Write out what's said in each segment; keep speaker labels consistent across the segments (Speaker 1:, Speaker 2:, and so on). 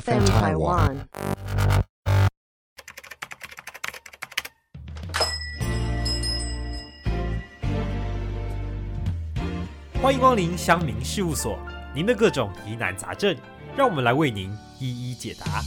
Speaker 1: FM Taiwan.
Speaker 2: 欢迎光临乡民事务所，您的各种疑难杂症，让我们来为您一一解答。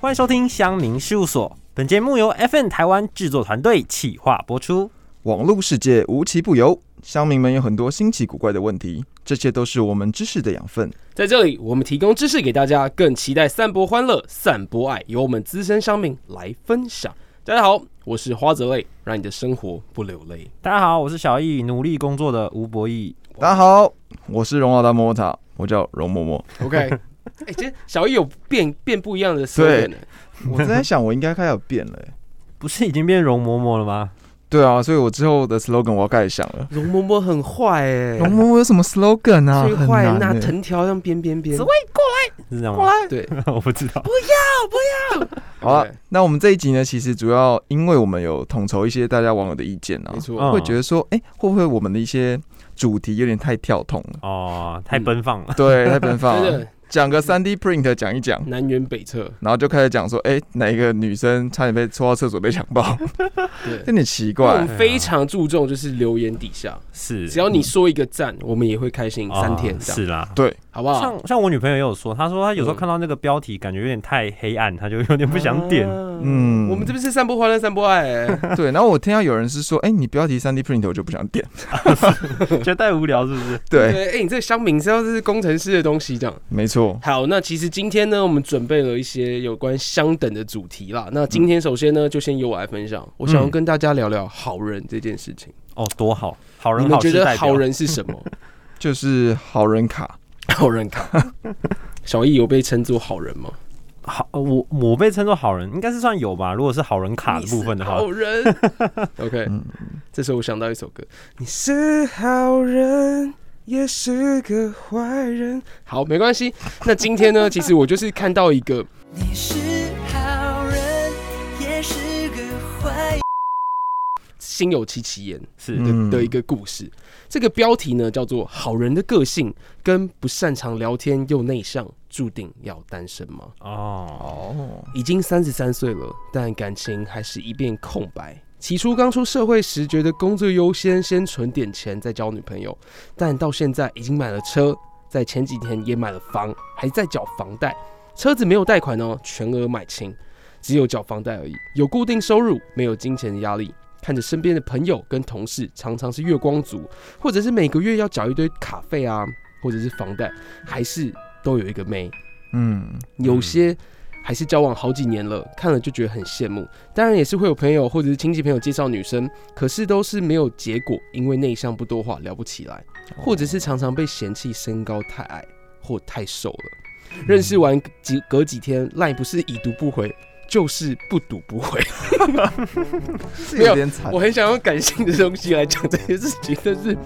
Speaker 2: 欢迎收听乡民事务所，本节目由 FN 台湾制作团队企划播出。
Speaker 3: 网络世界无奇不有，乡民们有很多新奇古怪的问题，这些都是我们知识的养分。
Speaker 4: 在这里，我们提供知识给大家，更期待散播欢乐、散播爱，由我们资深商民来分享。大家好，我是花泽类，让你的生活不流泪。
Speaker 2: 大家好，我是小易，努力工作的吴博义。
Speaker 3: 大家好，我是荣老大摸摸茶，我叫荣嬷嬷。
Speaker 4: OK，哎、 今天小易有变变不一样的思
Speaker 3: 对
Speaker 4: 维呢。
Speaker 3: 我正在想，我应该开始变了欸、
Speaker 2: 不是已经变容嬷嬷了吗？
Speaker 3: 对啊，所以我之后的 slogan 我要开始想了。
Speaker 4: 容嬷嬷很坏哎、
Speaker 3: 容嬷嬷有什么 slogan 啊？
Speaker 4: 最
Speaker 3: 很
Speaker 4: 坏
Speaker 3: 难
Speaker 4: 拿
Speaker 3: 欸
Speaker 4: 藤条让边边边
Speaker 2: 紫。是这样吗？
Speaker 4: 对，
Speaker 2: 我不知道。
Speaker 3: 好了
Speaker 4: OK，
Speaker 3: 那我们这一集呢，其实主要因为我们有统筹一些大家网友的意见啊
Speaker 4: 没，错。
Speaker 2: 嗯
Speaker 3: 会觉得说，哎、会不会我们的一些主题有点太跳痛了？
Speaker 2: 哦，太奔放了。
Speaker 3: 对，太奔放
Speaker 4: 真
Speaker 3: 了
Speaker 4: 的。
Speaker 3: 讲个三 D print 讲一讲，
Speaker 4: 南辕北辙，
Speaker 3: 然后就开始讲说，哎、哪一个女生差点被戳到厕所被强暴，
Speaker 4: 对，哦嗯
Speaker 3: 有点奇
Speaker 4: 因为我
Speaker 3: 怪。
Speaker 4: 们非常注重就是留言底下，
Speaker 2: 是，
Speaker 4: 只要你说一个赞，我们也会开心三天
Speaker 2: 哦
Speaker 4: 这样，
Speaker 2: 是啦。
Speaker 3: 对，
Speaker 4: 好不好？
Speaker 2: 像像我女朋友也有说，她说她有时候
Speaker 4: 嗯
Speaker 2: 看到那个标题，感觉有点太黑暗，她就有点不想点。
Speaker 3: 嗯
Speaker 4: 嗯，我们这边是散播欢乐、散播爱、欸
Speaker 3: 对，然后我听到有人是说，哎、你标题三 D print 我就不想 点。
Speaker 2: 觉得太无聊是不是？
Speaker 3: 对，
Speaker 4: 哎、你这个乡民是要是工程师的东西这样。
Speaker 3: 没错，
Speaker 4: 好，那其实今天呢，我们准备了一些有关相等的主题啦。那今天首先呢，就先由我来分享，我想要
Speaker 2: 嗯
Speaker 4: 跟大家聊聊好人这件事情。
Speaker 2: 哦，多好，好
Speaker 4: 你
Speaker 2: 人
Speaker 4: 们
Speaker 2: 好
Speaker 4: 觉
Speaker 2: 事代表
Speaker 4: 得好人是什 么？
Speaker 3: 就是好人卡。
Speaker 4: 好人卡。 小易有被称作好人吗？
Speaker 2: 好，呃我我被称作好人，应该是算有吧。如果是好人卡的部分的话
Speaker 4: 你是，好 人。OK，
Speaker 3: 嗯
Speaker 4: 这时候我想到一首歌，你是好人。也是个坏人。好，没关系。那今天呢？其实我就是看到一个
Speaker 5: 你是好人，也是个坏人。
Speaker 4: 心有戚戚焉
Speaker 2: 是
Speaker 3: 嗯
Speaker 4: 的一个故事。这个标题呢叫做“好人的个性跟不擅长聊天又内向，注定要单身吗
Speaker 2: 哦，
Speaker 3: 哦，”。
Speaker 4: 已经三十三岁了，但感情还是一片空白。起初刚出社会时，觉得工作优先，先存点钱再交女朋友，但到现在已经买了车，在前几天也买了房，还在缴房贷。车子没有贷款哦，全额买清，只有缴房贷哦而已。有固定收入，没有金钱的压力。看着身边的朋友跟同事，常常是月光族，或者是每个月要缴一堆卡费啊，或者是房贷，还是都有一个妹。
Speaker 3: 嗯，
Speaker 4: 有些还是交往好几年了，看了就觉得很羡慕。当然也是会有朋友或者是亲戚朋友介绍女生，可是都是没有结果，因为内向不多话，聊不起来，或者是常常被嫌弃身高太矮或太瘦了。认识完几隔几天，赖不是已读不回，就是不读不 回。
Speaker 3: 是
Speaker 4: 没有
Speaker 3: 哦有点惨
Speaker 4: 我。很想用感性的东西来讲这些事情，但是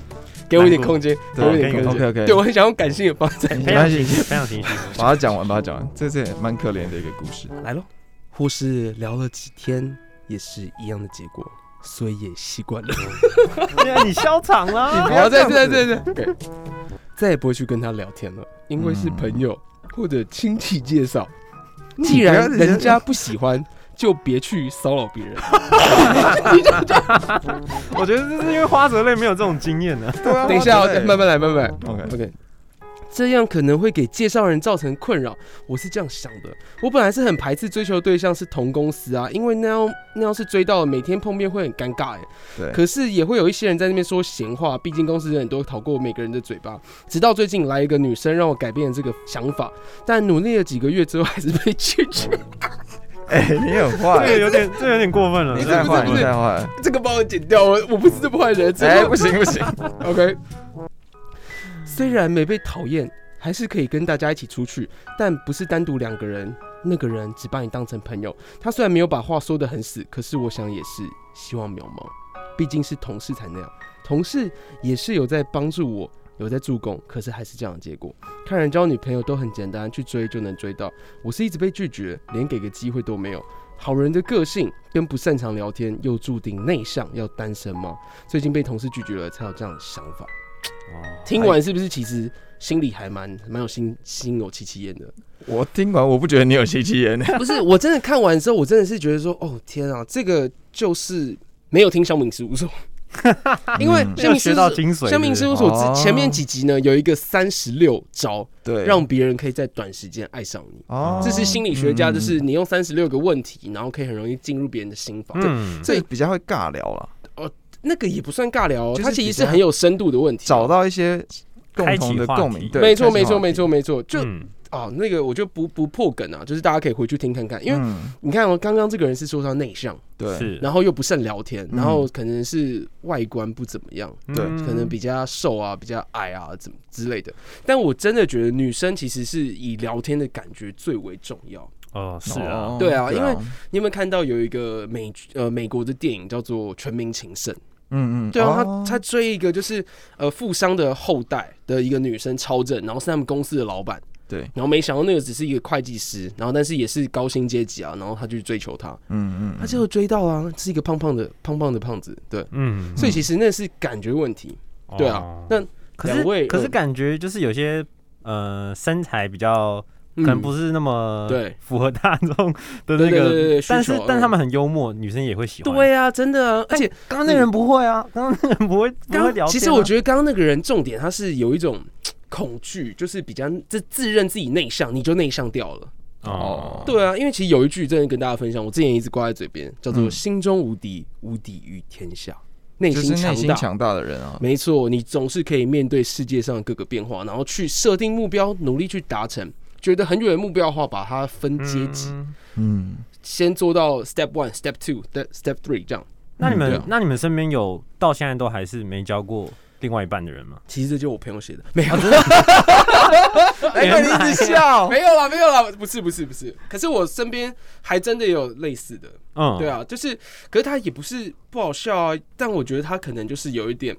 Speaker 4: 给我一点空间，给
Speaker 3: 对
Speaker 4: 我一点空间。
Speaker 3: OK OK，
Speaker 4: 对我很想用感性的方式来
Speaker 2: 非常情绪，非常情绪。
Speaker 3: 把它讲完，把它讲完，这这也蛮可怜的一个故事。
Speaker 4: 来咯，或是聊了几天，也是一样的结果，所以也习惯了。
Speaker 2: 对 啊，你笑场
Speaker 3: 你
Speaker 2: 啦
Speaker 3: 不。要这样子
Speaker 4: 对对对对，对再也不会去跟他聊天了，因为是朋友或者亲戚介绍。嗯既然
Speaker 3: 你不要
Speaker 4: 人家不喜欢，就别去骚扰别人。
Speaker 2: 我觉得这是因为花泽类没有这种经 验呢。
Speaker 3: 对啊
Speaker 4: 等一下哦，
Speaker 3: 对
Speaker 4: 慢慢来，慢慢来。
Speaker 3: OK，
Speaker 4: OK，这样可能会给介绍人造成困扰。我是这样想的，我本来是很排斥追求对象是同公司啊，因为那样那样是追到了，每天碰面会很尴尬哎。
Speaker 3: 对，
Speaker 4: 可是也会有一些人在那边说闲话，毕竟公司人很多，逃过每个人的嘴巴。直到最近来一个女生，让我改变了这个想法，但努力了几个月之后，还是被拒绝。
Speaker 3: 哎，你很
Speaker 2: 这个
Speaker 3: 坏，
Speaker 2: 有点，这个有点过分了
Speaker 3: 你。
Speaker 4: 这
Speaker 3: 太坏，
Speaker 4: 不是
Speaker 3: 你
Speaker 4: 不是
Speaker 3: 太坏。
Speaker 4: 这个帮我剪掉，我我不是这么坏人。真的
Speaker 3: 哎，不行不行，
Speaker 4: OK，虽然没被讨厌，还是可以跟大家一起出去，但不是单独两个人。那个人只把你当成朋友，他虽然没有把话说得很死，可是我想也是希望渺茫，毕竟是同事才那样。同事也是有在帮助我，有在助攻，可是还是这样的结果。看人交女朋友都很简单，去追就能追到，我是一直被拒绝，连给个机会都没有。好人的个性跟不擅长聊天，又注定内向，要单身吗？最近被同事拒绝了，才有这样的想法。
Speaker 2: 哦，
Speaker 4: 听完是不是其实心里还蛮蛮有心心有戚戚焉的？
Speaker 3: 我听完我不觉得你有心机眼，
Speaker 4: 不是，哎 我真的看完之后，我真的是觉得说，哦天啊，这个就是没有听小敏事务所，因为
Speaker 3: 嗯
Speaker 2: 哎没
Speaker 4: 小
Speaker 2: 有
Speaker 4: 敏事
Speaker 2: 学
Speaker 4: 务
Speaker 2: 到
Speaker 4: 所
Speaker 2: 精髓是不是，
Speaker 4: 香槟事务所之前面几集呢，有一个三十六招，
Speaker 3: 对，
Speaker 4: 让别人可以在短时间爱上你。
Speaker 3: 哦
Speaker 4: 这是心理学家，
Speaker 3: 嗯
Speaker 4: 就是你用三十六个问题，然后可以很容易进入别人的心房。
Speaker 2: 嗯，
Speaker 3: 这比较会尬聊了，
Speaker 4: 那个也不算尬聊哦，
Speaker 3: 就是
Speaker 4: 它其实
Speaker 3: 比
Speaker 4: 是
Speaker 3: 较
Speaker 4: 很有深度的问题。啊
Speaker 3: 找到一些共同
Speaker 2: 开启
Speaker 3: 的
Speaker 2: 话题
Speaker 3: 共鸣，对，
Speaker 4: 没错，
Speaker 3: 开
Speaker 4: 没
Speaker 3: 启话
Speaker 4: 错，
Speaker 3: 题
Speaker 4: 没，错，没错。就
Speaker 2: 嗯
Speaker 4: 哦，那个我就不不破梗啊，就是大家可以回去听看看，因为
Speaker 3: 嗯
Speaker 4: 你看哦，刚刚这个人是说他内向，
Speaker 3: 对，
Speaker 2: 是，
Speaker 4: 然后又不善聊天，
Speaker 3: 嗯
Speaker 4: 然后可能是外观不怎么样，
Speaker 3: 对
Speaker 2: 嗯
Speaker 4: 可能比较瘦啊，比较矮啊，怎么之类的。但我真的觉得女生其实是以聊天的感觉最为重要。
Speaker 2: 哦是啊
Speaker 3: 哦，
Speaker 4: 对啊因为你有没有看到有一个美剧呃美国的电影叫做《全民情圣》？
Speaker 3: 嗯嗯，
Speaker 4: 对啊，
Speaker 3: 哦
Speaker 4: 他他追一个就是呃富商的后代的一个女生超正，然后是他们公司的老板，
Speaker 3: 对，
Speaker 4: 然后没想到那个只是一个会计师，然后但是也是高薪阶级啊，然后他去追求她，
Speaker 3: 嗯嗯，
Speaker 4: 他最后追到啊，是一个胖胖的胖胖的胖子，对，
Speaker 2: 嗯，
Speaker 4: 所以其实那是感觉问题，对啊
Speaker 2: 哦，
Speaker 4: 那
Speaker 2: 可
Speaker 4: 两位
Speaker 2: 是可是
Speaker 4: 嗯
Speaker 2: 感觉就是有些呃身材比较可
Speaker 4: 嗯
Speaker 2: 能不是那么
Speaker 4: 对
Speaker 2: 符合大众的那
Speaker 4: 对对对对
Speaker 2: 个
Speaker 4: 对，需
Speaker 2: 但是
Speaker 4: 求
Speaker 2: 但
Speaker 4: 嗯
Speaker 2: 他们很幽默，女生也会喜欢。，
Speaker 4: 对啊，真的啊，而且
Speaker 2: 刚刚那个人不会啊，刚刚那个人不会不会
Speaker 4: 刚
Speaker 2: 聊天啊。
Speaker 4: 其实我觉得刚刚那个人重点他是有一种恐惧，就是比较自自认自己内向，你就内向掉 了。
Speaker 2: 得哦，
Speaker 4: 对啊，因为其实有一句真的跟大家分享，我之前一直挂在嘴边，叫做“
Speaker 3: 嗯
Speaker 4: 心中无敌，无敌于天下”，内
Speaker 3: 就是
Speaker 4: 心
Speaker 3: 内
Speaker 4: 强
Speaker 3: 心
Speaker 4: 大。
Speaker 3: 强大的人啊，
Speaker 4: 没错，你总是可以面对世界上各个变化，然后去设定目标，努力去达成。觉得很远的目标的话，把它分哦阶级，
Speaker 2: 嗯
Speaker 3: 嗯，
Speaker 4: 先做到 step one、step two、step step three 这样。
Speaker 2: 那你
Speaker 4: 对
Speaker 2: 们
Speaker 4: 啊
Speaker 2: 那你们身边有到现在都还是没交过另外一半的人吗？
Speaker 4: 其实这就是我朋友
Speaker 3: 啊
Speaker 4: 写的，没有。
Speaker 3: 哎，那你一直笑，
Speaker 4: 没有啦，没有啦，不是不是不是。可是我身边还真的有类似的，
Speaker 3: 哦
Speaker 2: 嗯，
Speaker 4: 对，啊，就是，可是他也不是不好笑啊，但我觉得他可能就是有一点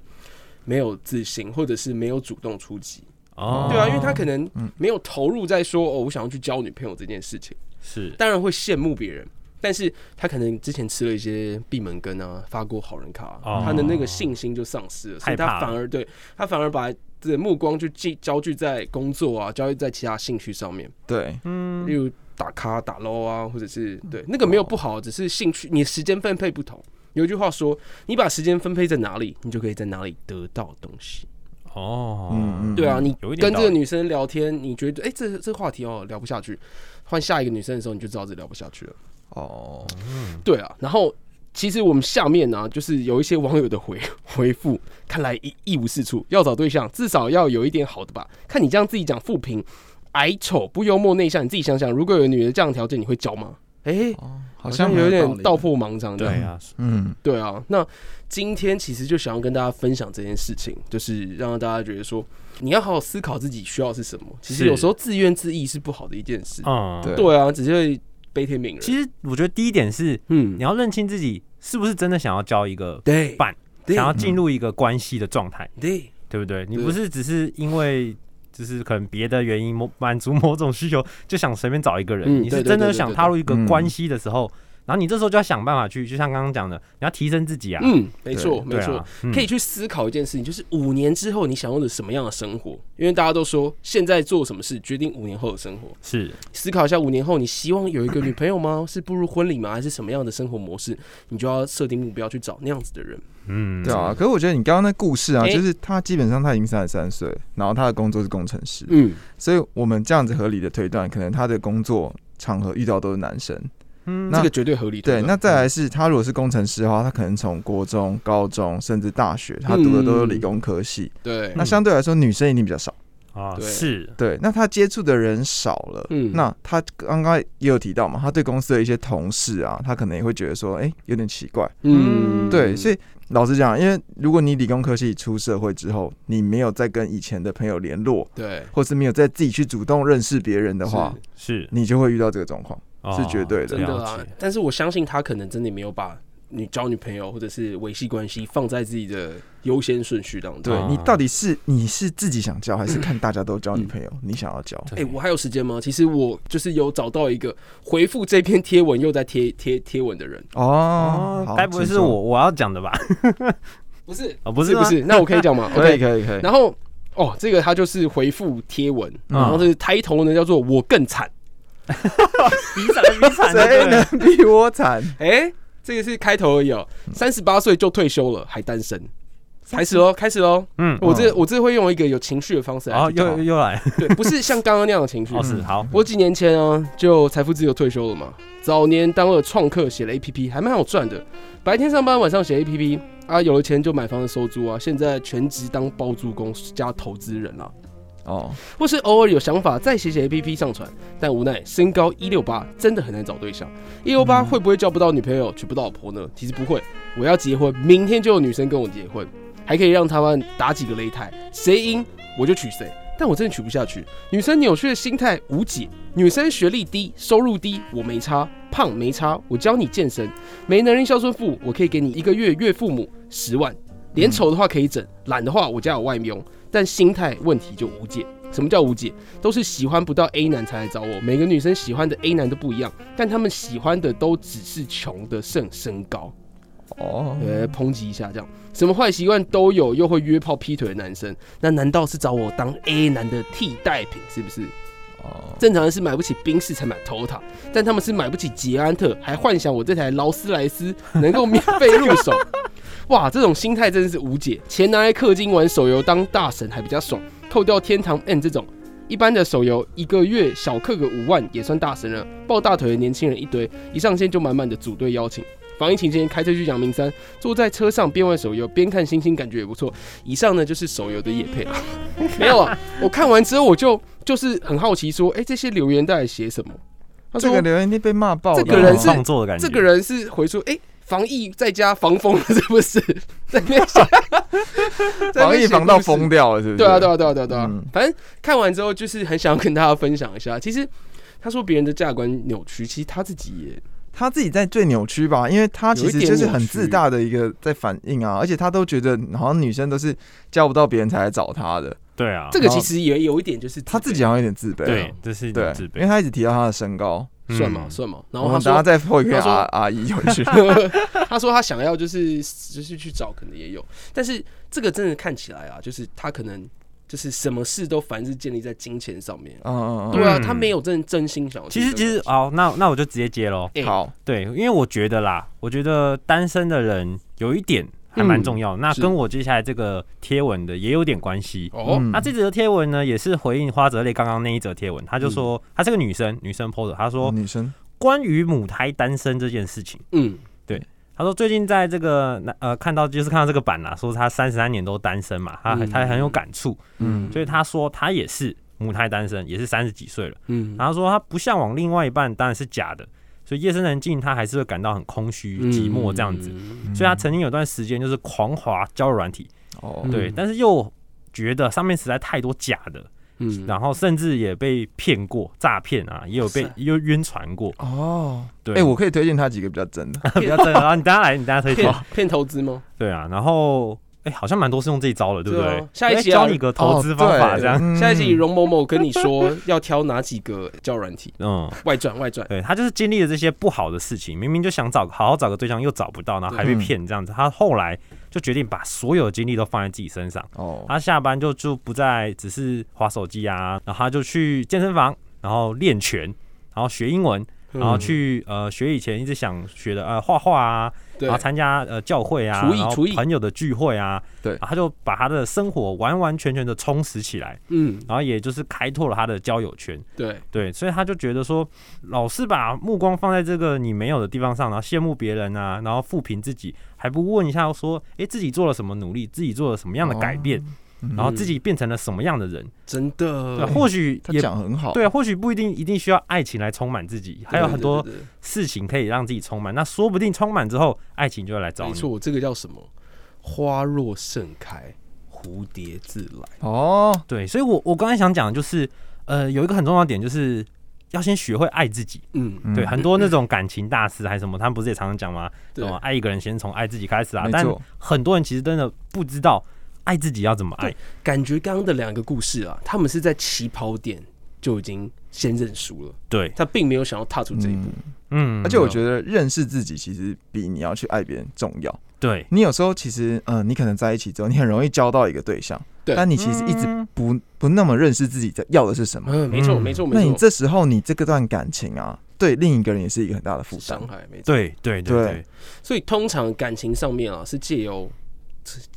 Speaker 4: 没有自信，或者是没有主动出击，
Speaker 2: 哦，
Speaker 4: 对啊，因为他可能
Speaker 3: 嗯
Speaker 4: 没有投入在说哦，我想要去交女朋友这件事情，
Speaker 2: 是
Speaker 4: 当然会羡慕别人。但是他可能之前吃了一些闭门羹啊，发过好人卡啊、
Speaker 2: 哦
Speaker 4: 他的那个信心就丧失了，所
Speaker 2: 害
Speaker 4: 以他
Speaker 2: 怕
Speaker 4: 反而对他反而把这个目光就聚焦聚在工作啊，焦聚在其他兴趣上面。
Speaker 3: 对，
Speaker 2: 嗯
Speaker 4: 例如打卡、打 l 啊，或者是对那个没有不好，只是兴趣，你时间分配不同。有一句话说，你把时间分配在哪里，你就可以在哪里得到东西。
Speaker 2: 哦，
Speaker 3: 嗯嗯
Speaker 4: 对啊，你
Speaker 2: 有一点
Speaker 4: 跟
Speaker 2: 道
Speaker 4: 这个
Speaker 2: 理
Speaker 4: 女生聊天，你觉得哎、这这话题哦聊不下去，换下一个女生的时候，你就知道这聊不下去了。
Speaker 3: 哦，
Speaker 4: 对啊，然后其实我们下面呢、就是有一些网友的回回复，看来一一无是处。要找对象，至少要有一点好的吧？看你这样自己讲负评，矮丑不幽默内向，你自己想想，如果有女的这样条件，你会交吗？哎、
Speaker 3: 哦好
Speaker 4: 好
Speaker 3: 像
Speaker 4: 像
Speaker 3: 蛮
Speaker 4: 有
Speaker 3: 道
Speaker 4: 点
Speaker 3: 理
Speaker 4: 道
Speaker 3: 的，
Speaker 4: 破盲肠这
Speaker 2: 对
Speaker 4: 样。
Speaker 2: 啊，
Speaker 3: 嗯，
Speaker 4: 对啊，那今天其实就想要跟大家分享这件事情，就是让大家觉得说，你要好好思考自己需要是什么。其实
Speaker 2: 是
Speaker 4: 有时候自怨自艾是不好的一件事。
Speaker 2: 嗯，
Speaker 3: 对
Speaker 4: 对啊，只是会悲天悯人。
Speaker 2: 其实我觉得第一点是
Speaker 4: 嗯
Speaker 2: 你，要认清自己是不是真的想要交一个，
Speaker 4: 对，
Speaker 2: 伴
Speaker 4: 对，嗯
Speaker 2: 想要进入一个关系的状态，
Speaker 4: 对，
Speaker 2: 对不对？你
Speaker 4: 对
Speaker 2: 不是只是因为就是可能别的原因某满足某种需求就想随便找一个人，
Speaker 4: 嗯
Speaker 2: 你
Speaker 4: 对
Speaker 2: 是
Speaker 4: 对
Speaker 2: 真
Speaker 4: 对
Speaker 2: 的
Speaker 4: 对
Speaker 2: 想
Speaker 4: 对
Speaker 2: 踏入一个
Speaker 3: 嗯
Speaker 2: 关系的时候，然后你这时候就要想办法去，就像刚刚讲的，你要提升自己啊，
Speaker 4: 嗯，没错，
Speaker 2: 对
Speaker 4: 没错
Speaker 2: 啊。，嗯
Speaker 4: 可以去思考一件事情，就是五年之后你想要的什么样的生活？因为大家都说现在做什么事决定五年后的生活。
Speaker 2: 是
Speaker 4: 思考一下，五年后你希望有一个女朋友吗？是步入婚礼吗？还是什么样的生活模式？你就要设定目标去找那样子的人。
Speaker 2: 嗯，
Speaker 3: 对啊，可是我觉得你刚刚那故事啊，
Speaker 4: 诶
Speaker 3: 就是他基本上他已经三十三岁，然后他的工作是工程师，
Speaker 4: 嗯，
Speaker 3: 所以我们这样子合理的推断，可能他的工作场合遇到都是男生。
Speaker 2: 嗯，
Speaker 4: 这
Speaker 3: 那
Speaker 4: 个绝对合理推
Speaker 3: 对，
Speaker 4: 断。
Speaker 3: 那再来是他如果是工程师的话，他可能从国中、高中甚至大学，他读的都是理工科系。
Speaker 4: 对，
Speaker 3: 那相对来说，女生一定比较少。
Speaker 2: 啊
Speaker 4: 对
Speaker 2: 是
Speaker 3: 对，那他接触的人少了，
Speaker 4: 嗯
Speaker 3: 那他刚刚也有提到嘛，他对公司的一些同事啊，他可能也会觉得说，哎、有点奇怪。
Speaker 2: 嗯
Speaker 3: 对，所
Speaker 4: 以
Speaker 3: 以老实讲，因为如果你理工科系出社会之后，你没有再跟以前的朋友联络，
Speaker 4: 对
Speaker 3: 或是没有再自己去主动认识别人的话，
Speaker 2: 是
Speaker 3: 你就会遇到这个状况。
Speaker 2: 哦
Speaker 3: 是绝对的
Speaker 4: 真的
Speaker 2: 了
Speaker 4: 啊
Speaker 2: 解。
Speaker 4: 但是我相信他可能真的没有把你交女朋友或者是维系关系放在自己的优先顺序当中。
Speaker 3: 对、
Speaker 2: 哦
Speaker 3: 你到底是你是自己想交，还是看大家都交女朋友，你想要交？
Speaker 4: 哎、我还有时间吗？其实我就是有找到一个回复这篇贴文又在贴贴贴文的人，
Speaker 3: 哦
Speaker 2: 哦，，该不会是我我要讲的吧？
Speaker 4: 不是，
Speaker 2: 啊，不是
Speaker 4: 不
Speaker 2: 吗
Speaker 4: 是，那我可以 讲吗
Speaker 3: 可以
Speaker 4: ？OK，
Speaker 3: 可以可以，
Speaker 4: 然后哦，这个他就是回复贴文，
Speaker 3: 嗯
Speaker 4: 然后这个抬头呢叫做“我更惨
Speaker 2: 比惨的比惨的，
Speaker 3: 谁
Speaker 2: 啊对
Speaker 3: 能比我惨？”，
Speaker 4: 哎，这个是开头而已哦，三十八岁就退休了还单身，开始喽，开始喽。
Speaker 2: 嗯，
Speaker 4: 我这我这会用一个有情绪的方式来
Speaker 2: 哦，
Speaker 4: 去讲
Speaker 2: 又又来，
Speaker 4: 对，不是像刚刚那样的情 绪
Speaker 2: 哦，是
Speaker 3: 嗯
Speaker 2: 好，
Speaker 4: 我几年前啊，就财富自由退休了嘛。早年当了创客，写了 APP，还蛮好赚的。白天上班，晚上写 APP 啊，有了钱就买房子收租啊。现在全职当包租公加投资人啦、
Speaker 3: 哦，
Speaker 4: 或是偶尔有想法再写写 APP 上传，但无奈身高一六八真的很难找对象。一六八会不会交不到女朋友、娶不到老婆呢？其实不会，我要结婚，明天就有女生跟我结婚，还可以让他们打几个擂台，谁赢我就娶谁。但我真的娶不下去，女生扭曲的心态无解。女生学历低，收入低，我没差，胖没差，我教你健身，没能力孝顺父母，我可以给你一个月岳父母十万。脸丑的话可以整，懒的话我家有外佣，但心态问题就无解。什么叫无解？都是喜欢不到 A 男才来找我。每个女生喜欢的 A 男都不一样，但他们喜欢的都只是穷的胜身高。
Speaker 3: 哦，
Speaker 4: 呃，抨击一下这样，什么坏习惯都有，又会约炮劈腿的男生，那难道是找我当 A 男的替代品？是不是？
Speaker 3: 哦，
Speaker 4: 正常人是买不起宾士才买 Toyota，但他们是买不起捷安特，还幻想我这台劳斯莱斯能够免费入手。哇，这种心态真的是无解。钱拿来氪金玩手游当大神还比较爽，扣掉天堂 N 这种一般的手游，一个月小氪个五万也算大神了。抱大腿的年轻人一堆，一上线就满满的组队邀请。防疫期间开车去阳明山，坐在车上边玩手游边看星星，感觉也不错。以上呢就是手游的野配了。 没有啊，我看完之后我就就是很好奇，说，哎、这些留言到底写什么？他
Speaker 3: 这
Speaker 4: 说
Speaker 3: 个留言一定被骂爆了。
Speaker 4: 这个人是
Speaker 2: 创作的感觉，
Speaker 4: 这个人是回说，哎、防疫在家防疯了，是不是？ 在那 边想在那
Speaker 3: 防
Speaker 4: 边
Speaker 3: 疫
Speaker 4: 写
Speaker 3: 防到
Speaker 4: 故事
Speaker 3: 疯掉了，是不是？
Speaker 4: 对啊，对啊，对啊，对啊，对啊。
Speaker 3: 嗯
Speaker 4: 反正看完之后，就是很想要跟大家分享一下。其实他说别人的价值观扭曲，其实他自己也
Speaker 3: 他自己在最扭曲吧，因为他其实就是很自大的一个在反应啊，而且他都觉得好像女生都是叫不到别人才来找他的，
Speaker 2: 对啊，
Speaker 4: 这个其实也有一点就是
Speaker 3: 他自己
Speaker 4: 卑
Speaker 3: 好像有点自卑啊。
Speaker 2: 对，这是
Speaker 3: 对
Speaker 2: 自，
Speaker 3: 因为
Speaker 2: 卑，
Speaker 3: 他一直提到他的身高，
Speaker 2: 嗯
Speaker 4: 算嘛算嘛。然
Speaker 3: 我
Speaker 4: 后他
Speaker 3: 们等下
Speaker 4: 说。
Speaker 3: 再破给
Speaker 4: 他说
Speaker 3: 阿阿姨回 去。
Speaker 4: 他说他想要就是就是去找，可能也有，但是这个真的看起来啊，就是他可能就是什么事都凡是建立在金钱上面啊，
Speaker 3: 嗯嗯
Speaker 4: 对啊，
Speaker 2: 嗯
Speaker 4: 他没有真的真心想要
Speaker 2: 其
Speaker 4: 去这
Speaker 2: 实
Speaker 4: 个东
Speaker 2: 其
Speaker 4: 西。
Speaker 2: 实哦，那那我就直接接喽。
Speaker 4: 哎
Speaker 3: 嗯，好，
Speaker 2: 对，因为我觉得啦，我觉得单身的人有一点还蛮重要，那
Speaker 4: 嗯是
Speaker 2: 跟我接下来这个贴文的也有点关系。
Speaker 4: 哦，
Speaker 3: 嗯
Speaker 2: 那这则贴文呢，也是回应花泽类刚刚那一则贴文，他
Speaker 4: 嗯
Speaker 2: 就说，她是个女生，女生 PO 的，她
Speaker 4: 哦
Speaker 2: 说
Speaker 3: 女生
Speaker 2: 关于母胎单身这件事情，
Speaker 4: 嗯，
Speaker 2: 她说最近在这个那呃看到就是看到这个版啦、说她三十三年都单身嘛，她
Speaker 4: 嗯
Speaker 2: 她很有感触，
Speaker 3: 嗯
Speaker 2: 所以她说她也是母胎单身，也是三十几岁了，
Speaker 4: 嗯，
Speaker 2: 然后她说她不向往另外一半，当然是假的，所以夜深人静她还是会感到很空虚、寂寞这样子，
Speaker 4: 嗯
Speaker 2: 所以她曾经有段时间就是狂滑交友软体，
Speaker 3: 哦
Speaker 4: 嗯，
Speaker 2: 对，但是又觉得上面实在太多假的。
Speaker 4: 嗯，
Speaker 2: 然后甚至也被骗过、诈骗啊，也有被
Speaker 4: 哇塞
Speaker 2: 也有晕船过。
Speaker 3: 哦，
Speaker 2: 对，
Speaker 3: 哎， 我可以推荐他几个比较真的，
Speaker 2: 不要这样啊！你等下来，你等下推荐
Speaker 4: 骗。骗投资吗？
Speaker 2: 对啊，然后哎，好像蛮多是用这一招的，对不
Speaker 4: 对
Speaker 2: 对
Speaker 4: 啊？下一集啊
Speaker 2: 教你个 投资方法，这样。
Speaker 3: 样
Speaker 4: 下一集容某某跟你说要挑哪几个交友软体，
Speaker 2: 嗯，
Speaker 4: 外传外传，
Speaker 2: 对他就是经历了这些不好的事情，明明就想找好好找个对象，又找不到，然后还被
Speaker 3: 嗯
Speaker 2: 骗这样子。他后来就决定把所有的精力都放在自己身上。
Speaker 3: 哦，
Speaker 2: 他下班就就不再只是划手机啊，然后他就去健身房，然后练拳，然后学英文，然后去呃学以前一直想学的呃画画啊，
Speaker 4: 嗯对
Speaker 2: 然后参加呃教会啊，
Speaker 4: 厨艺
Speaker 2: 然后
Speaker 4: 厨艺
Speaker 2: 朋友的聚会啊，
Speaker 3: 对
Speaker 2: 然后他就把他的生活完完全全的充实起来，
Speaker 4: 嗯
Speaker 2: 然后也就是开拓了他的交友圈，
Speaker 4: 对
Speaker 2: 对，所以他就觉得说，老是把目光放在这个你没有的地方上，然后羡慕别人啊，然后负评自己，还不问一下说，诶，自己做了什么努力，自己做了什么样的改变，
Speaker 3: 嗯
Speaker 2: 然后自己变成了什么样的人，
Speaker 4: 真
Speaker 2: 对，
Speaker 4: 的
Speaker 2: 或许
Speaker 3: 他
Speaker 2: 也
Speaker 3: 讲很好，
Speaker 2: 对，或许不一定一定需要爱情来充满自己，还有很多
Speaker 4: 对对对对
Speaker 2: 事情可以让自己充满。那说不定充满之后，爱情就会来找
Speaker 4: 没
Speaker 2: 你。
Speaker 4: 错，这个叫什么？花若盛开，蝴蝶自来。
Speaker 3: 哦，
Speaker 2: 对，所以我我刚才想讲的就是，呃，有一个很重要的点就是。要先学会爱自己，
Speaker 4: 嗯，
Speaker 3: 嗯
Speaker 2: 对，很多那种感情大师还是什么，他们不是也常常讲吗？什
Speaker 4: 对
Speaker 2: 么爱一个人先从爱自己开始啊
Speaker 3: 没？
Speaker 2: 但
Speaker 3: 错
Speaker 2: 很多人其实真的不知道爱自己要怎么爱
Speaker 4: 对，感觉刚刚的两个故事啊，他们是在起跑点就已经
Speaker 6: 先认输了，
Speaker 2: 对，
Speaker 6: 他并没有想要踏出这一步。
Speaker 3: 嗯
Speaker 2: 嗯，
Speaker 3: 而且我觉得认识自己其实比你要去爱别人重要。
Speaker 2: 对，
Speaker 3: 你有时候其实，嗯、你可能在一起之后，你很容易交到一个对象，
Speaker 6: 对
Speaker 3: 但你其实一直
Speaker 2: 嗯
Speaker 3: 不不那么认识自己在要的是什么。
Speaker 6: 嗯，没错，
Speaker 2: 嗯
Speaker 6: 没错，
Speaker 3: 那
Speaker 6: 没
Speaker 3: 你
Speaker 6: 错，
Speaker 3: 这时候你这个段感情啊，对另一个人也是一个很大的负担
Speaker 6: 伤。害没错。
Speaker 2: 对对对
Speaker 3: 对
Speaker 2: 对，
Speaker 6: 所以通常感情上面啊，是借由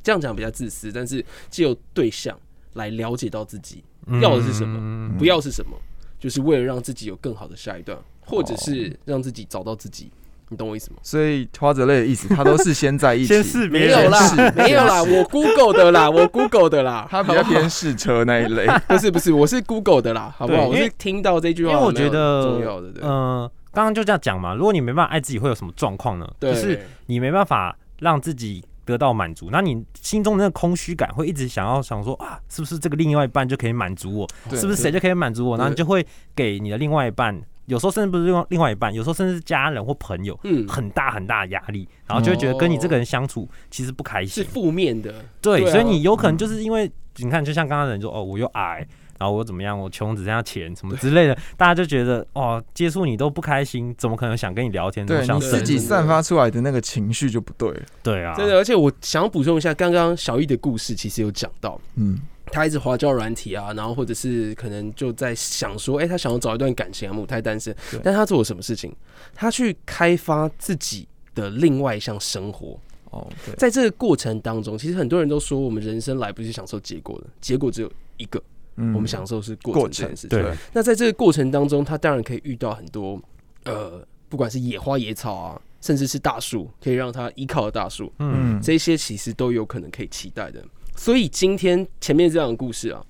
Speaker 6: 这样讲比较自私，但是借由对象来了解到自己
Speaker 2: 嗯
Speaker 6: 要的是什么
Speaker 2: 么
Speaker 3: 嗯
Speaker 6: 不要是什么，就是为了让自己有更好的下一段，或者是让自己找到自己。你懂我意思吗？
Speaker 3: 所以花泽类的意思，他都是先在一起，
Speaker 2: 先试别
Speaker 6: 没
Speaker 2: 人
Speaker 6: 有
Speaker 3: 啦
Speaker 6: 啦，没有 啦，我 Google 的啦，我 Google 的啦，
Speaker 3: 他比较偏试车那一类。
Speaker 6: 不是不是，我是 Google 的啦，好不好？
Speaker 2: 对
Speaker 6: 我
Speaker 2: 因为
Speaker 6: 是听到这句话，
Speaker 2: 因为我觉得
Speaker 6: 啊重要的，对
Speaker 2: 嗯，刚刚就这样讲嘛，如果你没办法爱自己，会有什么状况呢？
Speaker 6: 对，
Speaker 2: 就是你没办法让自己得到满足，那你心中的那个空虚感会一直想要想说啊，是不是这个另外一半就可以满足我？
Speaker 6: 对
Speaker 2: 是不是谁就可以满足我？然后你就
Speaker 6: 对
Speaker 2: 会给你的另外一半，有时候甚至不是另外另外一半，有时候甚至是家人或朋友，
Speaker 6: 嗯，
Speaker 2: 很大很大的压力，然后就会觉得跟你这个人相处其实不开
Speaker 6: 是
Speaker 3: 嗯
Speaker 2: 心。
Speaker 6: 负面的，
Speaker 2: 对，
Speaker 6: 对啊
Speaker 2: 所以你有可能就是因为你看，就像刚刚的人说，哦，我又矮，然后我怎么样，我穷，只剩下钱什么之 类的，大家就觉得哦，接触你都不开心，怎么可能想跟你聊天？怎么
Speaker 3: 对
Speaker 2: 想
Speaker 3: 你自己
Speaker 2: 深入
Speaker 3: 散发出来的那个情绪就不对了。
Speaker 2: 对啊，
Speaker 6: 真的。而且我想要补充一下，刚刚小易的故事其实有讲到，
Speaker 3: 嗯，
Speaker 6: 他一直滑交友软体啊，然后或者是可能就在想说，哎、他想要找一段感情啊，母胎单身
Speaker 3: 对，
Speaker 6: 但他做了什么事情？他去开发自己的另外一项生活，
Speaker 3: 哦，对，
Speaker 6: 在这个过程当中，其实很多人都说，我们人生来不是享受结果的，结果只有一个，
Speaker 3: 嗯
Speaker 6: 我们享受是过
Speaker 3: 过
Speaker 6: 程
Speaker 3: 程
Speaker 6: 这件事情。
Speaker 2: 对，
Speaker 6: 那在这个过程当中，他当然可以遇到很多，呃，不管是野花野草啊，甚至是大树，可以让他依靠的大树，
Speaker 2: 嗯，
Speaker 6: 这些其实都有可能可以期待的。所以今天前面这样的故事啊，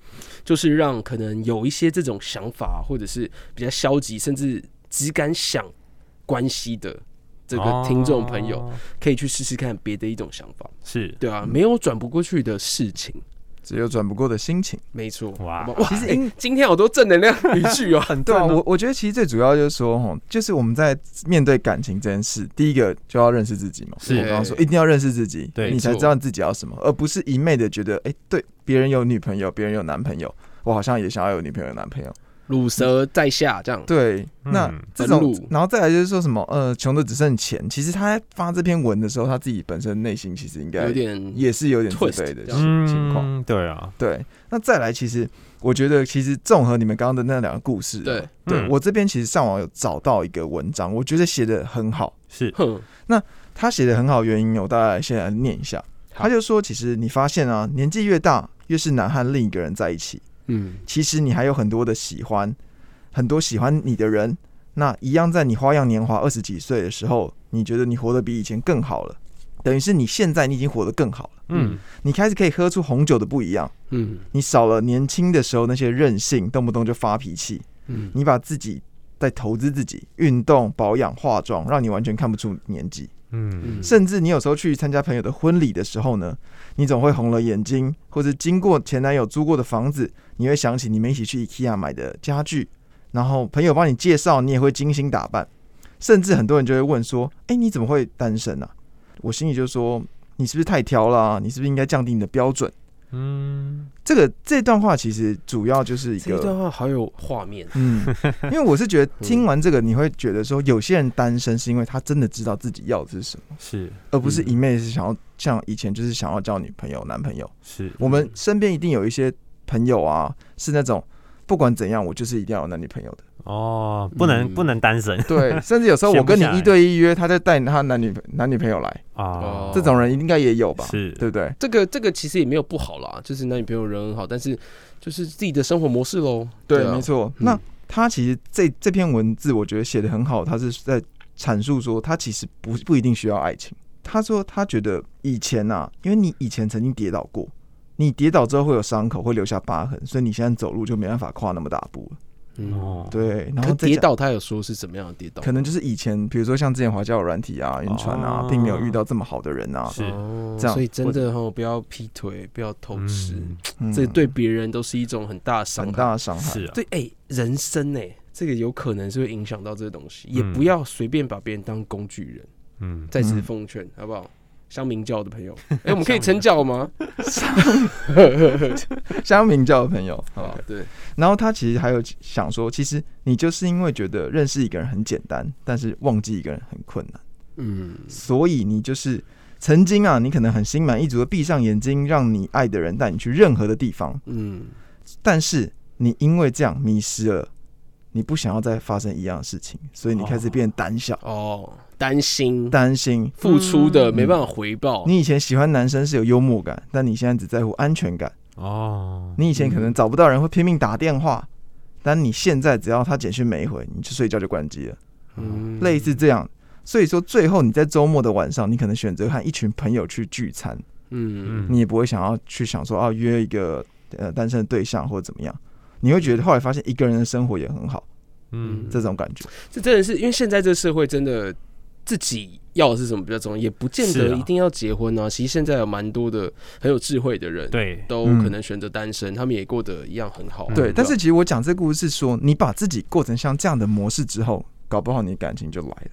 Speaker 6: 就是让可能有一些这种想法，或者是比较消极，甚至只敢想关系的这个听众朋友，
Speaker 2: 哦嗯
Speaker 6: 可以去试试看别的一种想法，
Speaker 2: 是
Speaker 6: 对啊，没有转不过去的事情，
Speaker 3: 只有转不过的心情。
Speaker 6: 没错。
Speaker 2: 哇
Speaker 6: 好吧哇，
Speaker 3: 其实
Speaker 6: 哎
Speaker 3: 应
Speaker 6: 今天好多正能 量语句哦，很
Speaker 3: 对啊，我我觉得其实最主要就是说，吼，就是我们在面对感情这件事，第一个就要认识自己嘛。
Speaker 2: 是
Speaker 3: 我刚刚说，一定要认识自己，
Speaker 2: 对
Speaker 3: 你才
Speaker 6: 没错
Speaker 3: 知道自己要什么，而不是一昧的觉得，哎、对，别人有女朋友，别人有男朋友，我好像也想要有女朋友、男朋友。
Speaker 6: 乳蛇在下这样，
Speaker 3: 对，
Speaker 2: 嗯
Speaker 3: 那这
Speaker 6: 登
Speaker 3: 种
Speaker 6: 录，
Speaker 3: 然后再来就是说什么，呃，穷的只剩钱。其实他在发这篇文的时候，他自己本身内心其实应该
Speaker 6: 有点
Speaker 3: 也是有点自
Speaker 6: twist
Speaker 3: 卑的
Speaker 6: 这样
Speaker 3: 情情况。
Speaker 2: 嗯，对啊，
Speaker 3: 对，那再来，其实我觉得，其实综合你们刚刚的那两个故事啊、
Speaker 6: 对
Speaker 3: 对、
Speaker 2: 嗯
Speaker 3: 我这边其实上网有找到一个文章，我觉得写的很好。
Speaker 2: 是
Speaker 6: 哼，
Speaker 3: 他写的很好，原因我大概先来念一下。
Speaker 6: 好
Speaker 3: 他就说，其实你发现啊，年纪越大，越是难和另一个人在一起。
Speaker 6: 嗯，
Speaker 3: 其实你还有很多的喜欢，很多喜欢你的人。那一样，在你花样年华二十几岁的时候，你觉得你活得比以前更好了，等于是你现在你已经活得更好了。
Speaker 2: 嗯，
Speaker 3: 你开始可以喝出红酒的不一样。
Speaker 6: 嗯
Speaker 3: 你少了年轻的时候那些任性，动不动就发脾气。
Speaker 6: 嗯，
Speaker 3: 你把自己在投资自己，运动、保养、化妆，让你完全看不出年纪。
Speaker 2: 嗯，
Speaker 3: 甚至你有时候去参加朋友的婚礼的时候呢，你总会红了眼睛，或者经过前男友租过的房子，你会想起你们一起去 IKEA 买的家具，然后朋友帮你介绍，你也会精心打扮。甚至很多人就会问说：“哎、你怎么会单身啊？”我心里就说：“你是不是太挑啦、你是不是应该降低你的标准？”
Speaker 2: 嗯，
Speaker 3: 这个这段话其实主要就是一
Speaker 6: 这一
Speaker 3: 个，
Speaker 6: 段话好有画面，
Speaker 3: 嗯，因为我是觉得听完这个，你会觉得说，有些人单身是因为他真的知道自己要的是什么，
Speaker 2: 是
Speaker 3: 而不是一昧是想要像以前就是想要交女朋友、男朋友。
Speaker 2: 是，
Speaker 3: 我们身边一定有一些朋友啊，是那种不管怎样，我就是一定要有男女朋友的。
Speaker 2: 哦，不能
Speaker 6: 嗯
Speaker 2: 不能单身
Speaker 3: 对，甚至有时候我跟你一对一约，他就带他男女男女朋友来，
Speaker 6: 哦
Speaker 2: 啊，
Speaker 3: 这种人应该也有吧？
Speaker 2: 是
Speaker 3: 对不对？
Speaker 6: 这个这个其实也没有不好啦，就是男女朋友人很好，但是就是自己的生活模式喽。
Speaker 3: 对，
Speaker 6: 啊
Speaker 3: 没，错。
Speaker 6: 嗯
Speaker 3: 那他其实这这篇文字，我觉得写的很好，他是在阐述说，他其实不不一定需要爱情。他说他觉得以前呐、啊，因为你以前曾经跌倒过，你跌倒之后会有伤口，会留下疤痕，所以你现在走路就没办法跨那么大步了。
Speaker 6: 嗯，
Speaker 2: 哦，
Speaker 3: 对，然
Speaker 6: 可
Speaker 3: 后再
Speaker 6: 跌
Speaker 3: 讲。
Speaker 6: 倒他有说是怎么样的跌倒？
Speaker 3: 可能就是以前，比如说像之前华教软体啊、晕船啊
Speaker 2: 哦，
Speaker 3: 并没有遇到这么好的人啊。
Speaker 2: 是
Speaker 6: 哦
Speaker 3: 这样
Speaker 6: 所以真的哈，不要劈腿，不要偷吃，
Speaker 2: 嗯
Speaker 3: 嗯
Speaker 6: 这对别人都是一种很大的伤害。
Speaker 3: 很大的伤害。
Speaker 2: 是啊，
Speaker 6: 对，哎、人生哎、这个有可能是会影响到这个东西，也
Speaker 2: 嗯
Speaker 6: 不要随便把别人当工具人。
Speaker 2: 嗯，
Speaker 6: 再次奉劝，好不好？乡民教的 朋友，哎、我们可以成教吗？
Speaker 3: 乡民教的朋 友，好吧。
Speaker 6: 对，
Speaker 3: 然后他其实还有想说，其实你就是因为觉得认识一个人很简单，但是忘记一个人很困难，
Speaker 6: 嗯，
Speaker 3: 所以你就是曾经啊，你可能很心满意足的闭上眼睛，让你爱的人带你去任何的地方，
Speaker 6: 嗯，
Speaker 3: 但是你因为这样迷失了，你不想要再发生一样的事情，所以你开始变胆小、
Speaker 6: 哦，担心
Speaker 3: 担心。
Speaker 6: 付出
Speaker 2: 嗯
Speaker 6: 的没办法回报，
Speaker 3: 你以前喜欢男生是有幽默感，但你现在只在乎安全感。
Speaker 2: 哦，
Speaker 3: 你以前可能找不到人会拼命打电话，但你现在只要他简讯没回，你就睡觉就关机了，
Speaker 6: 嗯
Speaker 3: 类似这样。所以说，最后你在周末的晚上，你可能选择和一群朋友去聚餐，
Speaker 6: 嗯
Speaker 2: 嗯
Speaker 3: 你也不会想要去想说啊约一个呃单身的对象或者怎么样，你会觉得后来发现一个人的生活也很好，
Speaker 2: 嗯，
Speaker 3: 这种感觉。
Speaker 6: 这真的是因为现在这社会真的自己要的是什么比较重要，也不见
Speaker 2: 是
Speaker 6: 得
Speaker 2: 啊
Speaker 6: 一定要结婚啊。其实现在有蛮多的很有智慧的人，，
Speaker 2: 对，
Speaker 6: 都
Speaker 3: 嗯
Speaker 6: 可能选择单身，他们也过得一样很好。
Speaker 2: 嗯
Speaker 3: 对，但是其实我讲这故事是说，你把自己过成像这样的模式之后，搞不好你的感情就来了。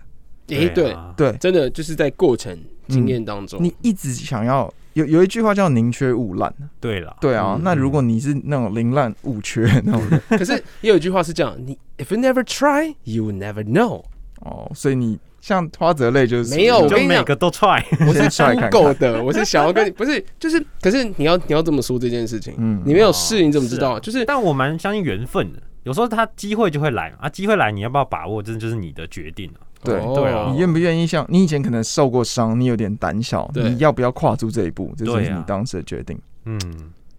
Speaker 6: 诶，对，
Speaker 2: 啊，嗯
Speaker 3: 对
Speaker 6: 真的就是在过程经验当中，
Speaker 3: 你一直想要有有一句话叫宁缺毋滥，
Speaker 2: 对了，
Speaker 3: 对啊。
Speaker 6: 嗯
Speaker 3: 那如果你是那种零滥勿缺那 种人，
Speaker 6: 可是也有一句话是这样：你 if you never try, you will never know。
Speaker 3: 哦，所以你像花泽类就是
Speaker 6: 没有我
Speaker 2: 就
Speaker 6: 跟你
Speaker 2: 每
Speaker 6: 讲
Speaker 2: 个都 try，
Speaker 6: 我
Speaker 3: 先
Speaker 6: 是
Speaker 3: 出来看看
Speaker 6: Google 的， 我是想要跟你，不是就是，可是你要你要这么说这件事情，
Speaker 3: 嗯
Speaker 6: 你没有试你怎么知
Speaker 2: 哦
Speaker 6: 道？就 是
Speaker 2: 但我蛮相信缘分的。有时候他机会就会来嘛啊，机会来你要不要把握，这就是你的决定了。
Speaker 3: 对
Speaker 6: 哦
Speaker 2: 对啊
Speaker 3: 你愿不愿意像你以前可能受过伤，你有点胆小，
Speaker 6: 对
Speaker 3: 你要不要跨出这一步，这
Speaker 2: 对
Speaker 3: 是
Speaker 2: 啊
Speaker 3: 你当时的决定。
Speaker 2: 嗯，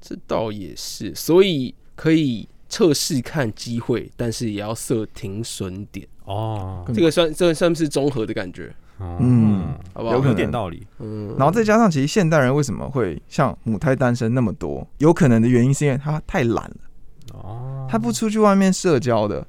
Speaker 6: 这倒也是，所以可以测试看机会，但是也要设停损点。
Speaker 2: 哦，
Speaker 3: 嗯
Speaker 6: 这个算这算是综合的感觉，
Speaker 2: 嗯
Speaker 3: 嗯，
Speaker 6: 好不
Speaker 3: 有
Speaker 6: 好
Speaker 3: 可？
Speaker 2: 有
Speaker 3: 能
Speaker 2: 点道理。
Speaker 6: 嗯
Speaker 3: 然后再加上，其实现代人为什么会像母胎单身那么多？有可能的原因是因为他太懒了，
Speaker 2: 哦，
Speaker 3: 他不出去外面社交 的，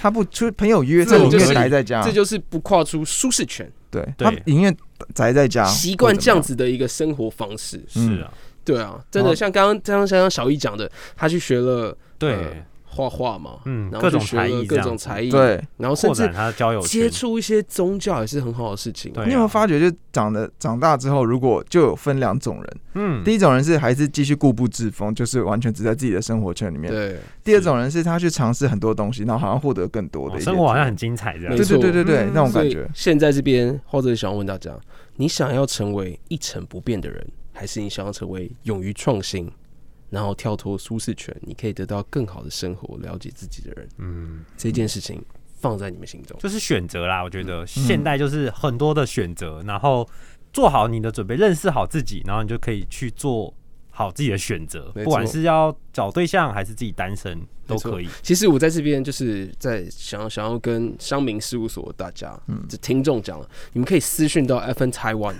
Speaker 3: 他不出朋友约，
Speaker 6: 这
Speaker 3: 他宁
Speaker 6: 就是
Speaker 3: 愿宅在家
Speaker 2: 啊
Speaker 6: 这。就是不跨出舒适圈，
Speaker 3: 对，
Speaker 2: 对
Speaker 3: 他宁愿宅在
Speaker 2: 啊
Speaker 3: 家，嗯
Speaker 6: 习惯这样子的一个生活方式。
Speaker 2: 是啊，
Speaker 6: 对啊，真的
Speaker 3: 哦
Speaker 6: 像刚刚刚刚刚小易讲的，他去学了
Speaker 2: 对，
Speaker 6: 画画嘛，
Speaker 2: 嗯
Speaker 6: 呃然后
Speaker 2: 各
Speaker 6: 去
Speaker 2: 种
Speaker 6: 学
Speaker 2: 才
Speaker 6: 了
Speaker 2: 艺这
Speaker 6: 各
Speaker 2: 样
Speaker 6: 种
Speaker 2: 子
Speaker 6: 才
Speaker 3: 或
Speaker 6: 艺，
Speaker 3: 怎么，样。对，
Speaker 6: 然后甚
Speaker 2: 扩
Speaker 6: 至
Speaker 2: 展他的交友圈。
Speaker 6: 接触一些宗教也是很好的事情。
Speaker 2: 对啊
Speaker 3: 你有没有发觉，就长得长大之后，如果就有分两种人，
Speaker 2: 嗯，
Speaker 3: 第一种人是还是继续固步自封，就是完全只在自己的生活圈里面；
Speaker 6: 对，
Speaker 3: 第二种人是他去尝试很多东西，然后好像获得更多的
Speaker 2: 哦
Speaker 3: 一些
Speaker 2: 生活好像很精彩这样
Speaker 6: 没
Speaker 3: 对
Speaker 2: 子。
Speaker 3: 对对对对
Speaker 2: 嗯，
Speaker 3: 那种
Speaker 6: 所
Speaker 3: 感
Speaker 6: 以
Speaker 3: 觉。
Speaker 6: 现在这边或者想要问大家，你想要成为一成不变的人，还是你想要成为勇于创新，然后跳脱舒适圈，你可以得到更好的生活，了解自己的人？
Speaker 2: 嗯，
Speaker 6: 这件事情放在你们心中。
Speaker 2: 就是选择啦，我觉
Speaker 3: 嗯
Speaker 2: 得现代就是很多的选择，然后做好你的准备，认识好自己，然后你就可以去做好自己的选择，
Speaker 6: 没错
Speaker 2: 不管是要找对象还是自己单身都可以。
Speaker 6: 其实我在这边就是在想要想要跟商明事务所的大家，
Speaker 3: 嗯
Speaker 6: 这听众讲了，你们可以私讯到 FN Taiwan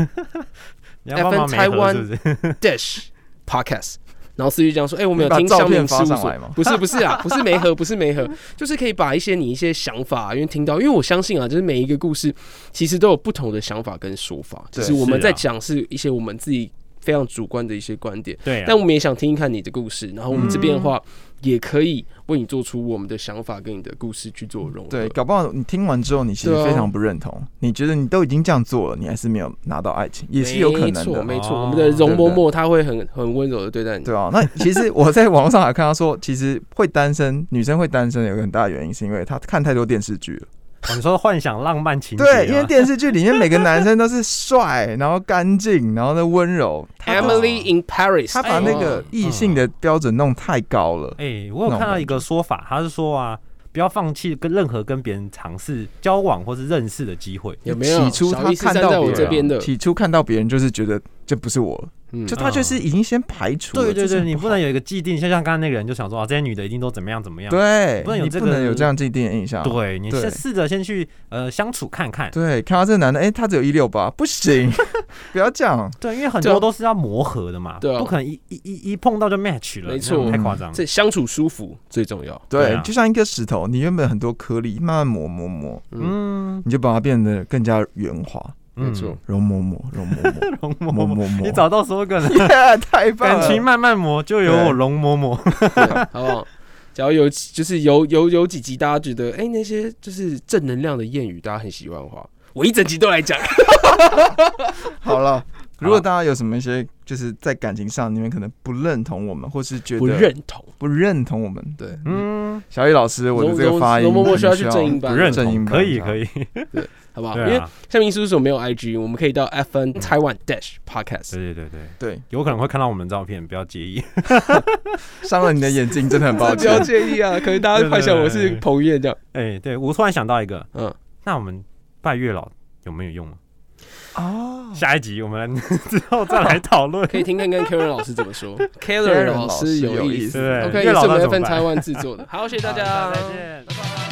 Speaker 2: 你要帮忙
Speaker 6: FN
Speaker 2: 媒合是不是？
Speaker 6: Dash Podcast，然后司机这样说：“哎、我们有
Speaker 3: 你把
Speaker 6: 听
Speaker 3: 照
Speaker 6: 香
Speaker 3: 片
Speaker 6: 民事
Speaker 3: 发
Speaker 6: 务
Speaker 3: 上
Speaker 6: 所
Speaker 3: 来吗，
Speaker 6: 不是不是啊，不 是没合，不是没合，就是可以把一些你一些想法，因为听到，因为我相信啊，就是每一个故事其实都有不同的想法跟说法，只
Speaker 3: 对
Speaker 6: 是我们
Speaker 2: 是啊
Speaker 6: 在讲是一些我们自己非常主观的一些观点，
Speaker 2: 对啊，
Speaker 6: 但我们也想听一看你的故事，然后我们这边的
Speaker 3: 嗯
Speaker 6: 话。”也可以为你做出我们的想法跟你的故事去做融合。
Speaker 3: 对，搞不好你听完之后，你其实
Speaker 6: 对啊
Speaker 3: 非常不认同，你觉得你都已经这样做了，你还是没有拿到爱情，也是有可能的。
Speaker 6: 没错，没错。
Speaker 2: 哦
Speaker 6: 我们的
Speaker 3: 对
Speaker 6: 容
Speaker 3: 不
Speaker 6: 嬷
Speaker 3: 对
Speaker 6: 嬷她会很很温柔的对待你。
Speaker 3: 对啊，那其实我在网络上还看到说，其实会单身，女生会单身有个很大的原因，是因为她看太多电视剧了。
Speaker 2: 哦你说幻想浪漫情节啊吗，
Speaker 6: 啊
Speaker 3: 对，因为电视剧里面每个男生都是帅，然后干净，然后呢温柔。她把
Speaker 6: Emily in Paris，
Speaker 3: 她把那
Speaker 6: 哦
Speaker 3: 个异性
Speaker 6: 嗯
Speaker 3: 的标准弄太高了。
Speaker 2: 哎、我有看到一个说法，他是说啊，不要放弃跟任何跟别人尝试交往或是认识的机会。
Speaker 6: 有没有？
Speaker 3: 起初
Speaker 6: 哎小
Speaker 3: 她
Speaker 6: 意思站
Speaker 3: 看
Speaker 6: 在
Speaker 3: 到
Speaker 6: 我
Speaker 3: 别
Speaker 6: 这边
Speaker 3: 人，啊
Speaker 6: 的，
Speaker 3: 起初看到别人就是觉得这不是我了，
Speaker 6: 嗯
Speaker 3: 就她就是已经先排除了。
Speaker 2: 对对
Speaker 3: 这是
Speaker 2: 对，
Speaker 3: 很
Speaker 2: 你
Speaker 3: 不
Speaker 2: 不
Speaker 3: 好
Speaker 2: 能有一个既定，像像刚刚那个人就想说啊，这些女的一定都怎么样怎么样。
Speaker 3: 对，
Speaker 2: 不能有
Speaker 3: 你
Speaker 2: 这
Speaker 3: 不能
Speaker 2: 个
Speaker 3: 有这样既定的印象。
Speaker 2: 对你先
Speaker 3: 对
Speaker 2: 试着先去呃相处看看，
Speaker 3: 对，看到这个男的，哎、他只有一六八，不 行，不要这样。
Speaker 2: 对，因为很
Speaker 6: 对啊
Speaker 2: 多都是要磨合的嘛，
Speaker 6: 对啊
Speaker 2: 不可能一一一一碰到就 match 了，
Speaker 6: 没错
Speaker 2: 那样太夸张了。
Speaker 6: 这相处舒服最重要。
Speaker 3: 对，
Speaker 2: 对啊
Speaker 3: 就像一颗石头，你原本很多颗粒，慢慢磨磨磨，
Speaker 6: 嗯，
Speaker 2: 嗯，
Speaker 3: 你就把它变得更加圆滑，
Speaker 6: 没错，
Speaker 3: 容磨磨，容磨磨，
Speaker 2: 容
Speaker 3: 磨
Speaker 2: 嬷嬷，
Speaker 3: 磨磨。
Speaker 2: 你找到 slogan 了，
Speaker 3: Yeah，太 棒了！
Speaker 2: 感情慢慢磨，就有我容嬷嬷。
Speaker 6: 对好不好？只要有就是有有有几集大家觉得哎、那些就是正能量的谚语大家很喜欢的话，我一整集都来讲。
Speaker 3: 好了， 如果大家有什么一些就是在感情上你们可能不认同我们，或是觉得
Speaker 6: 不认同，
Speaker 3: 不认同我们，对，
Speaker 2: 嗯，
Speaker 3: 小雨老师，我的这个发音
Speaker 6: 容容容嬷嬷需要
Speaker 3: 可
Speaker 6: 去
Speaker 3: 能
Speaker 6: 正音
Speaker 2: 不
Speaker 6: 班，
Speaker 2: 认
Speaker 3: 正
Speaker 2: 同，
Speaker 3: 音
Speaker 2: 可以
Speaker 3: 版
Speaker 2: 可以，
Speaker 6: 好不好？因
Speaker 2: 对
Speaker 6: 为
Speaker 2: 啊，
Speaker 6: 夏明事务所没有 IG，我们可以到 FN Taiwan Dash Podcast。
Speaker 2: 对对对对，
Speaker 3: 对
Speaker 2: 有可能会看到我们的照片，不要介意。
Speaker 3: 伤了你的眼睛，真的很抱
Speaker 6: 这 不要
Speaker 3: 歉。
Speaker 6: 介意啊，可能大家幻想我是彭于晏这样。
Speaker 2: 哎，对我突然想到一个，
Speaker 6: 嗯，
Speaker 2: 那我们拜月老有没有用啊？
Speaker 3: 哦，
Speaker 2: 下一集我们之后再来讨论。
Speaker 6: 可以听看看 Karen 老师怎么说。Karen 老师有意思
Speaker 2: 对
Speaker 6: ，OK，也
Speaker 2: 月
Speaker 6: 是
Speaker 2: 老
Speaker 6: 我
Speaker 2: 那
Speaker 6: 们
Speaker 2: 怎么
Speaker 6: FN
Speaker 2: 办
Speaker 6: Taiwan 制作的。好，谢谢大家，
Speaker 2: 好再见。
Speaker 6: 拜拜。